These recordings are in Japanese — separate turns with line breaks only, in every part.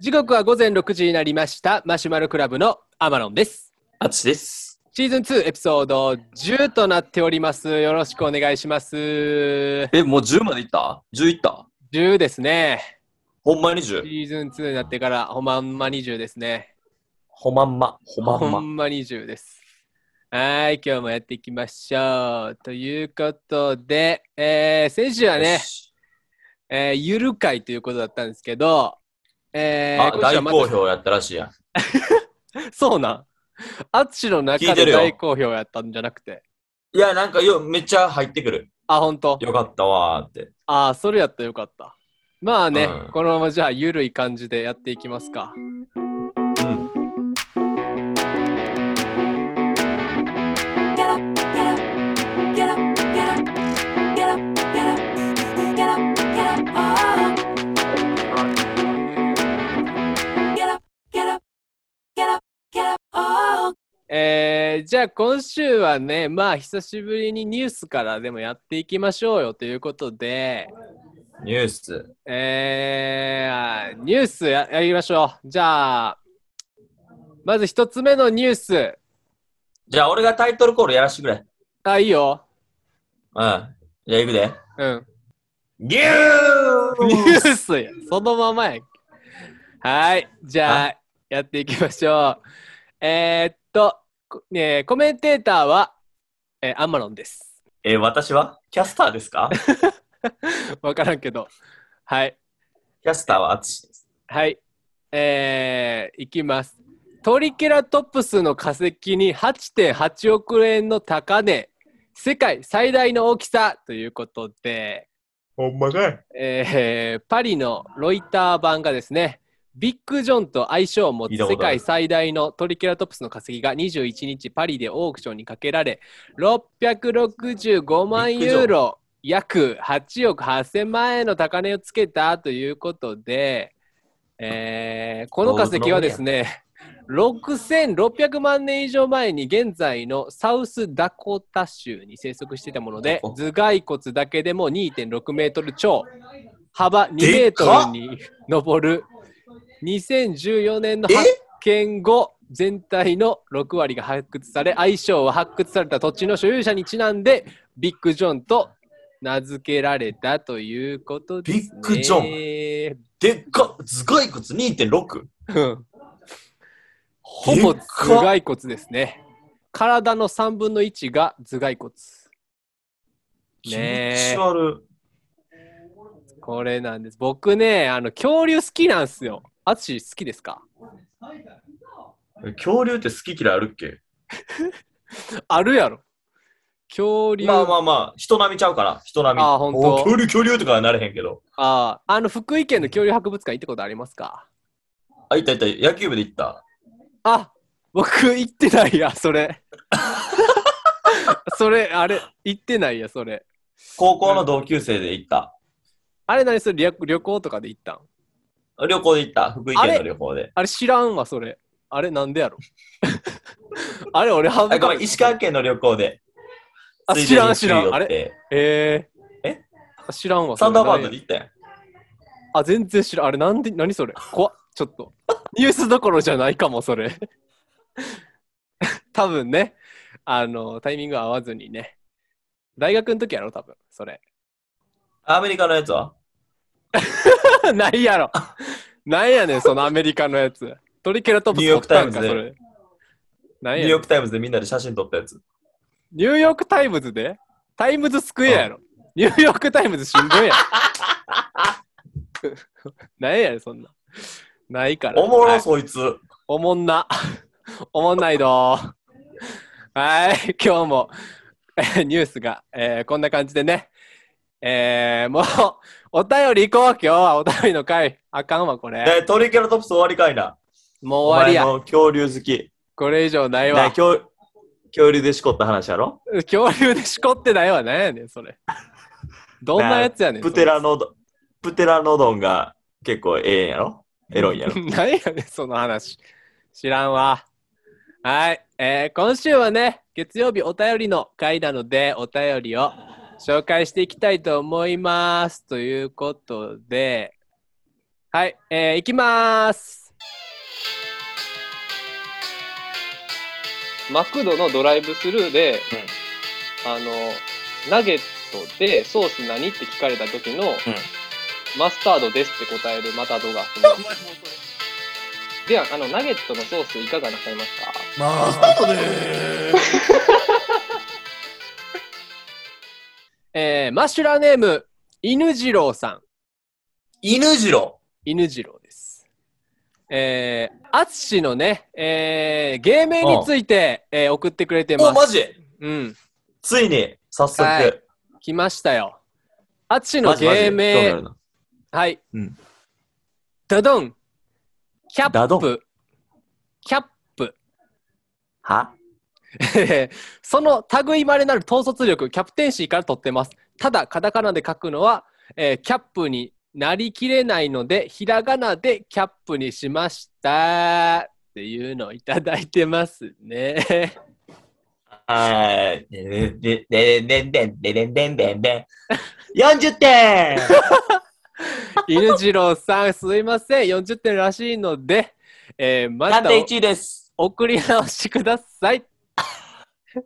時刻は午前6時になりました。マシュマロクラブのアマロンです。
あつしです。
シーズン2エピソード10となっております。よろしくお願いします。
え、もう10までいった ?10 いった
10ですね。
ほんまに 10?
シーズン2になってからほんまんま20ですね。
ほまんま。ほまん
ほ
ま。
んま20です。はい、今日もやっていきましょう。ということで、えー、先週は
よ
ね、
し
えー、ゆる会ということだったんですけど、えー
あ、
今週
大
はまた
好評やったらしいやん。
そうなん。 アツシの中
聞いて
で
るよ
大好評やったんじゃなくて。
いや、なんかよ、めっちゃ入ってくる。
あ、本当。
よかったわーって。
ああ、それやったらよかった。まあね、
うん
このままじゃあ、ゆるい感じでやっていきますか。
うん。
Get up, get up, get up, get up, get up, get up, get up, get up, oh. Get up, get up, get up, get up, oh.
えー、じゃあ今週はね、まあ久しぶりにニュースからでもやっていきましょうよということで、
ニュース。
えー、ニュースややりましょう。じゃあ、まず一つ目のニュース。
じゃあ、俺がタイトルコールやらしてくれ。うん。
あ、いいよ。
じゃあ、行くで。
うん。
ニュ
ニュ
ー
ースやそのままやんはいじゃあやっていきましょうえーっと、こねえ、コメンテーターは、えーアマロンです
え、私はキャスターですかキ
分からんけどはい
ャスターはあつしです。
はいえー、いきますトリケラトップスの化石に8.8億円の高値世界最大の大きさということで
ほんまかい。
えーパリのロイター版がですね、ビッグ・ジョンと相性を持つ
聞いたこ
世
とある
界最大のトリケラトプスの化石が21日パリでオークションにかけられ、665万
ビッグジョン
ユーロ、約8億8000万円の高値をつけたということで、えーこの化石はですね、6600万年以上前に現在のサウスダコタ州に生息していたもので
ダコ
頭蓋骨だけでも2.6メートル超幅2メ
で
ート
か
ル
っ
に上る2014年の
え
発見後全体の6割が発掘され愛称は発掘された土地の所有者にちなんでビッグジョンと名付けられたということです、ね、
ビッグジョ
ン
でっか頭蓋骨 2.6?
うん ほぼ頭蓋骨ですね。体の3分の1が頭蓋骨。
気
ねえ
持ち悪
これなんです。僕ね、あの恐竜好きなんですよ。アツシ好きですか
い。恐竜って好き嫌いあるっけ
あるやろ。恐竜、
まあまあまあ、人並みちゃうから、人並み。
あーほんと
お恐竜、恐竜とかはなれへんけど。
あああの福井県の恐竜博物館行ったことありますか
あ、いたいた、野球部で行った。
あ僕行ってないや、そ れ。それ、あれ、行ってないや、それ。
高校の同級生で行った。
あれ何それ旅旅行とかで行ったん
旅行で行った。福井県の旅行で。
あれ知らんわ、それ。あれなんで やろあれ俺ハ
あ、
ブ
ごめん、石川県の旅行で。
あ
ついでに
知らん知らん
福井寄って
あえー、
え
あ知らんわ。そ
サ
れ
ンダーバードに行ったやん。
あ、全然知らん。あれなんで、何それ怖っ。ちょっと。ニュースどころじゃないかも、それ。 多分ね、あの、タイミング合わずにね。大学の時やろ、多分それ。
アメリカのやつは
ないやろ。なんやねん、そのアメリカのやつ。トリケラトプス
ニューヨークタイムズ
取ったんかそれ。なんや
ニュー
ねん
ヨークタイムズでみんなで写真撮ったやつ。
ニューヨークタイムズでタイムズスクエアやろ。ニューヨークタイムズ新聞 や。なんやねん、そんな。ないから。
おも
は
ろ、
い
そいつ。
おもんな。 おもんないどー。はい、 今日もえーニュースが、えーこんな感じでね。えーもう、 お便り行こう、今日はお便りの回。あかんわ、これ。
え、トリケラトプス終わりかいな。
もう終わり
お
や。
前の恐竜好き。
これ以上ない
ね
わ。
恐恐竜でしこった話やろ
恐竜でしこってないわ、なんやねん、それ。どんなやつやねん。
プテラノド、プテラノドンが結構ええんやろエロいんやろ
何やねんその話知らんわはい、えー今週はね月曜日お便りの回なのでお便りを紹介していきたいと思いますということではい、えー、いきまーす。
マクドのドライブスルーで、あの、ナゲットでソース何って聞かれた時の、マスタードですって答えるマタドが。では、あの、ナゲットのソースいかがなさいますか
まあ、スタートでーす。
えー、マッシュラーネーム、犬次郎さん。
犬次郎。
犬次郎です。えー、あつしのね、えー、芸名について、えー送ってくれて
お、
ま
マ
す。
ジ
うん、
ついに、早速。
はい来ましたよ。あつしの
マジマジ
芸
興味あ
名
る、な
はい。
うん
ドドンキャ
ダド
ッ
ン
プキャップ
は
その類まれなる統率力、キャプテンシーから取ってます。ただ、カタカナで書くのは、えーキャップになりきれないので、ひらがなでキャップにしました。っていうのをいただいてますね。
はーい。でででででででででで40点
犬次郎さん、すいません。40点らしいので、えーま
暫
た
定1位です。
送り直してください。い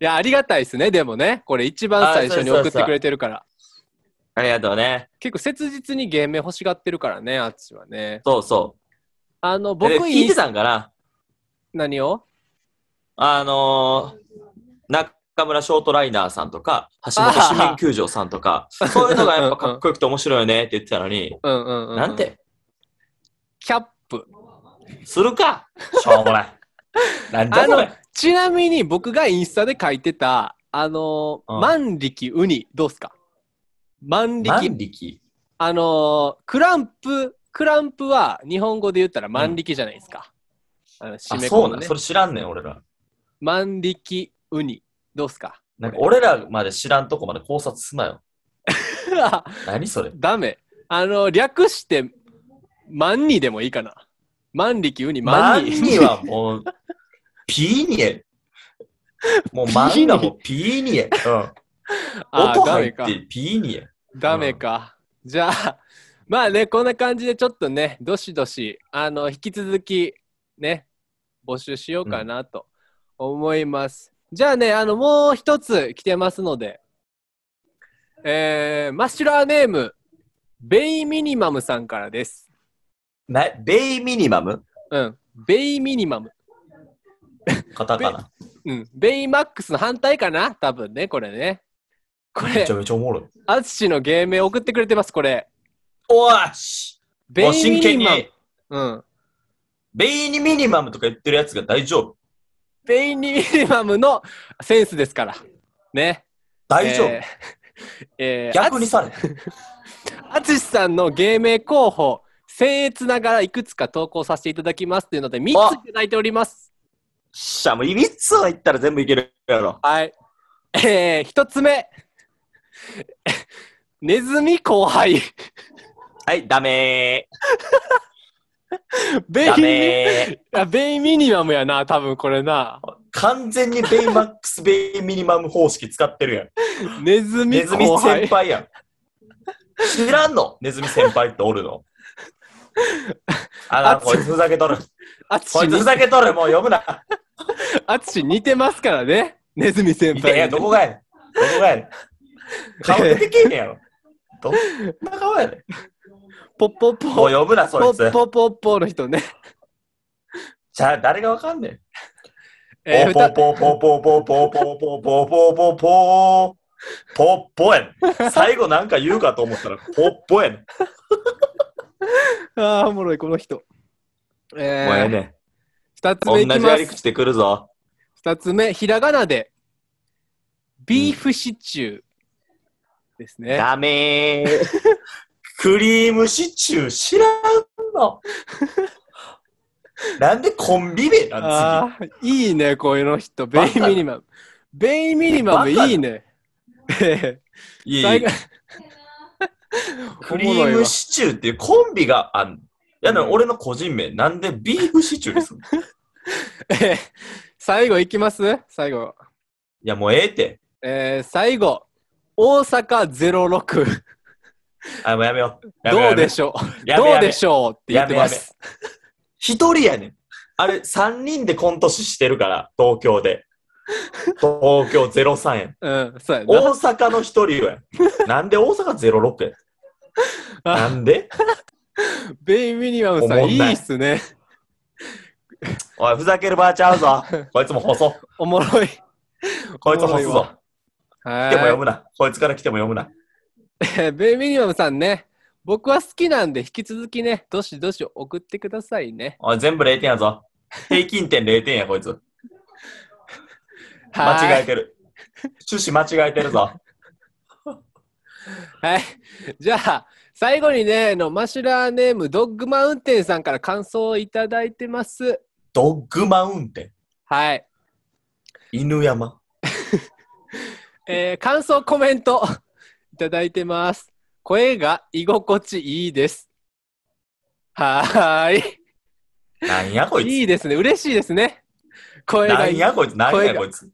や、ありがた いですね、でもね。これ一番最初に
あそうそうそ
送っ
う
てくれてるから。
ありがとうね。
結構切実に芸名欲しがってるからね、あっちはね。
そうそ
あの、
う。
僕
で聞い
イン
て
ス
たんかな
何を
あのー、中村ショートライナーさんとか、橋本市民球場さんとか、そういうのがやっぱかっこよくて面白いよねって言ってたのに、
うんうんうん。
なんて、
キャップ。
するかしょうもない。なんじゃ
あ
そ
の
れ、
ちなみに僕がインスタで書いてた、あのー
うん
万力ウニ、どうっすか万力。
万力
あのークランプ、クランプは日本語で言ったら万力じゃないですか。あの締
あ、
め
そ
込
うな
む
ん
ね
そ。れ知らんねん、俺ら。
万力ウニ。どうっすか
なんか俺らまで知らんとこまで考察すなよ。何それ
ダメ。あの、略して、万にでもいいかな。万力ウニ、
万
万に。
にはも う、ピーニエ。もう万がもうピーニエ。うん。
あー
音
ダ
入
メ
っ
か。
てピーニエ。
ダメか。じゃあ、 まあね、こんな感じでちょっとね、どしどし、あの、引き続き、ね、募集しようかなと思います。じゃあね、あの、もう一つ来てますので、えー、マッシュラーネーム、ベイミニマムさんからです。
な、ベイミニマム
うん、ベイミニマム。
カタカナ。
うん、ベイマックスの反対かな多分ね、これね。こ
め
れ
ちゃ、めちゃおもろい。
アツシの芸名送ってくれてます、これ。
おーし
ベ
もう
イ
真
ミ
剣
ニ
に
マ、ム。うん。
ベイニミニマムとか言ってるやつが大丈夫。
ベイニミニマムのセンスですから。ね。
大丈夫。
えー えー
逆にされ。
あつしさんの芸名候補、僭越ながらいくつか投稿させていただきますというので、3ついただいております。
しゃ、もう3つは言ったら全部いけるやろ。
はい。えー、1つ目。 ネズミ後 輩。
はい、ダメー。
ベ
ダ
イ
メー。
あベイミニマムやな、多分これ な。
完全にベイマックス、ベイミニマム方式使ってるやん。
ネズミ
ネズミ
後輩。
先輩やん。知らんのネズミ先輩っておるの。あ
あ
ら、こいつふざけとる。
あつ
こ
し
いつ
に
ふざけとる。もう読むな。
あつし似てますからね。ネズミ先
いやい
輩
や、
に。
どこがやねん。どこがやねん。顔出てけえへんやろ。どんな顔やね
ポッポッ
ん。もう
ポ。
読むな、そ
ポ
いつ
ッ。ポポッポの人ね。
じゃあ、誰がわかんねん。
えー、二つ
ポポポポポポポポポポポポポッポやん。最後なんか言うかと思ったら、ポッポやん。も
ああ、おもろい、この人。
う
え
ええ
ー、
ねん。
二つ
同
目い
じ
き
や
ま
り
す。
口で来るぞ。
二つ目、ひらがなで、ビーフシチューですね。
ダメー。クリームシチュー知らん の。なんでコンビ名なん
ああ、いいね、こういうの人。ベイミニマム。ベイミニマム、
バカだ
いいね。え
次。
ー
いや
最
い
後
やクリームシチューっていうコンビがあんの。いやでも俺の個人名、なんでビーフシチューにするのい
えー 最後いきます最後。
やもうええって。
えー、最後、大阪06。
あ、もうやめよう。やめよ
どうで
ょ
しょう
やめや
ど
め
うでしょうって言ってます。
一人やねん。あれ、三人でコント師してるから、東京で。東京03やん。
うん、そうやな。
大阪の一人やん。なんで大阪06やん。なんで
ベイミニアムさん、
おも
い
んない
いっすね。
おい、ふざけるばあちゃうぞ。 こいつも干そう。
おもろい。
こいつ干す
おもろい
ぞ
わ。
来ても読
は
むな。こいつから来ても読むな。
い。 ベイミニアムさんね、僕は好きなんで、引き続きね、どしどし送ってくださいね。
おい、全部0点やぞ。平均点0点や、こいつ。間違えてる。趣旨間違えてるぞ。
はい。じゃあ、最後にね、あのマシュラーネーム、ドッグマウンテンさんから感想をいただいてます。
ドッグマウンテン。
はい。
犬山。
えー感想、コメント いただいてます。声が居心地いいです。はー
なんやこいつ。
い。いいですね。嬉しいですね。声
な
が
ん
いい
やこいつ、なん
声
や
が
こいつ。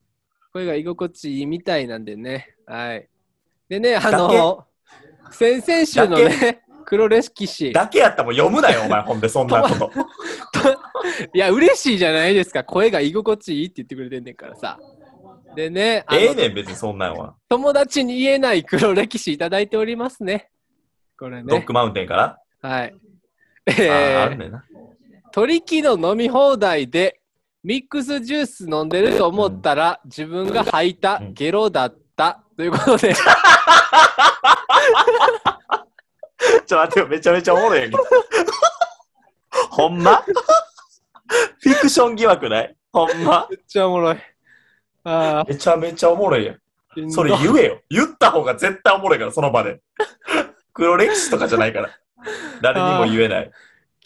声が居心地いいみたいなんでね。はい。でね、あ
だけ
の、先々週のね、黒歴史。
だけやったらもう読むなよ、お前、ほんで、そんな こと。
いや、嬉しいじゃないですか。声が居心地いいって言ってくれてんねんからさ。でね、あの
ええねん、別にそんなんは。
友達に言えない黒歴史いただいておりますね。これ
ドッ
ね。
グマウンテンから。
はい。
あーあ
え
ん
ー、
ねんな。
鳥貴の飲み放題でミックスジュース飲んでると思ったら、自分が吐いたゲロだった。ということで、
ちょ、待ってよ、めちゃめちゃおもろ いやんけど。ほんまフィクション疑惑ないほんま
めっちゃおもろい。あ
めちゃめちゃおもろいやん。
あ、
それ
しんど
言えよ。言った方が絶対おもろいから、その場で。 黒歴史とかじゃないから。誰にも言えない。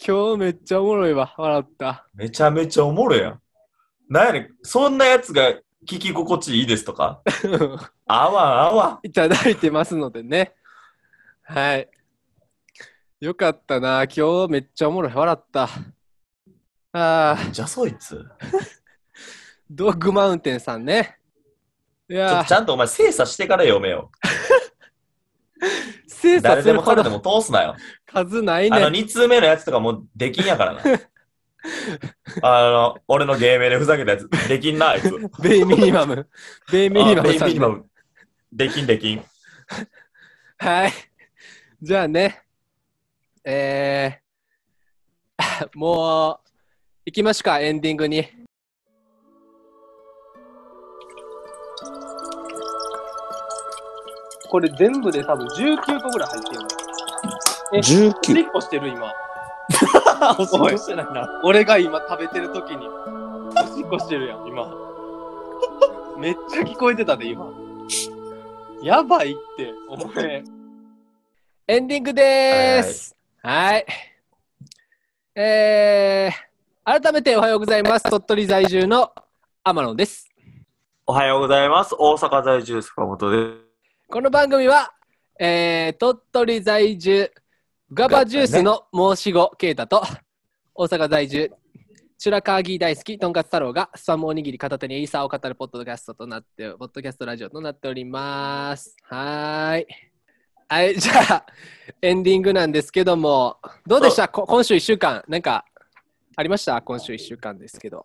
今日めっちゃおもろいわ。笑った。
めちゃめちゃおもろいやん。なんやねん、そんなやつが聞き心地いいですとか。あわんあわん。
いただいてますのでね。はい。よかったな。今日めっちゃおもろい。笑った。ああ、
じゃそいつ。ち
ドッグマウンテンさんね。い
ょっ
や
とちゃんとお前精査してから読めよ。
ー、精査
誰
す
で
る
も
ほ
彼でも
ど
通すなよ。
数ない
あの
ね。
2通目のやつとかもうできんやか らな。あの、俺の芸名でふざけたやつ、できんな、あいつ。
ベイミニマ ム。ベイミニマム
あ
さ
ベイミニマ
ん、ね。
ム。できんできん。
はい。じゃあね。えー、 もう、行きましょうか、エンディングに。
これ全部で多分19個ぐらい入ってるの。えおし
19
っこしてる 今。
お
しっこ
してないな。
俺が今食べてる時に。おしっこしてるやん、今。めっちゃ聞こえてたで、今。やばいって、お前。
エンディングでーす。はい。えー、改めておはようございます。鳥取在住の天野です。
おはようございます。大阪在住坂本です。
この番組は、えー、鳥取在住、ガバジュースの申し子、啓太と、大阪在住、チュラカーギー大好き、とんかつ太郎が、スパムおにぎり片手にイーサーを語るポッドキャストとなって、ポッドキャストラジオとなっております。はーい。はい、じゃあ、エンディングなんですけども、どうでしたこ今週1週間、なんか、ありました今週1週間ですけど。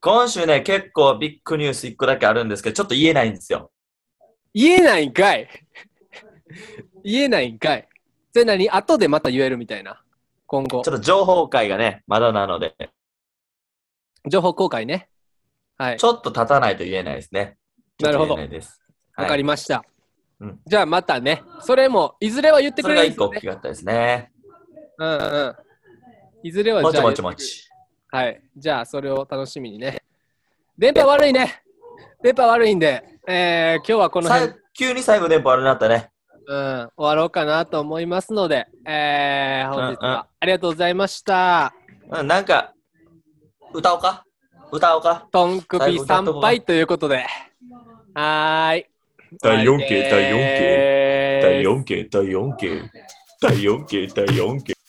今週ね、結構ビッグニュース1個だけあるんですけど、ちょっと言えないんですよ。
言えないんかい言えないんかいそれ何後でまた言えるみたいな今後
ちょっと情報会がね、まだなので、
情報公開ねはい
ちょっと立たないと言えないですね。
なるほど
ちょっと言えないです。
わかり
ま
ました、
うん
じゃあまたねそれもいずれは言って
そ
くれ
れ
る
が
んで
1
す
個
よね
大きかったですね。
うんうんいずれは
も
じ
ち
ゃあ
もちもち。
はいじゃあそれを楽しみにね電波悪いね電波悪いんでえー、今日はこの辺
さ急に最後電波悪くなったね。
うん、終わろうかなと思いますので、えー、本日
うんうん
はありがとうございました。
うん、なんか、歌おうか歌おうか
トンクビ参拝ということで。はーい。
第4形第4形
形
第4形第4形第4形第4形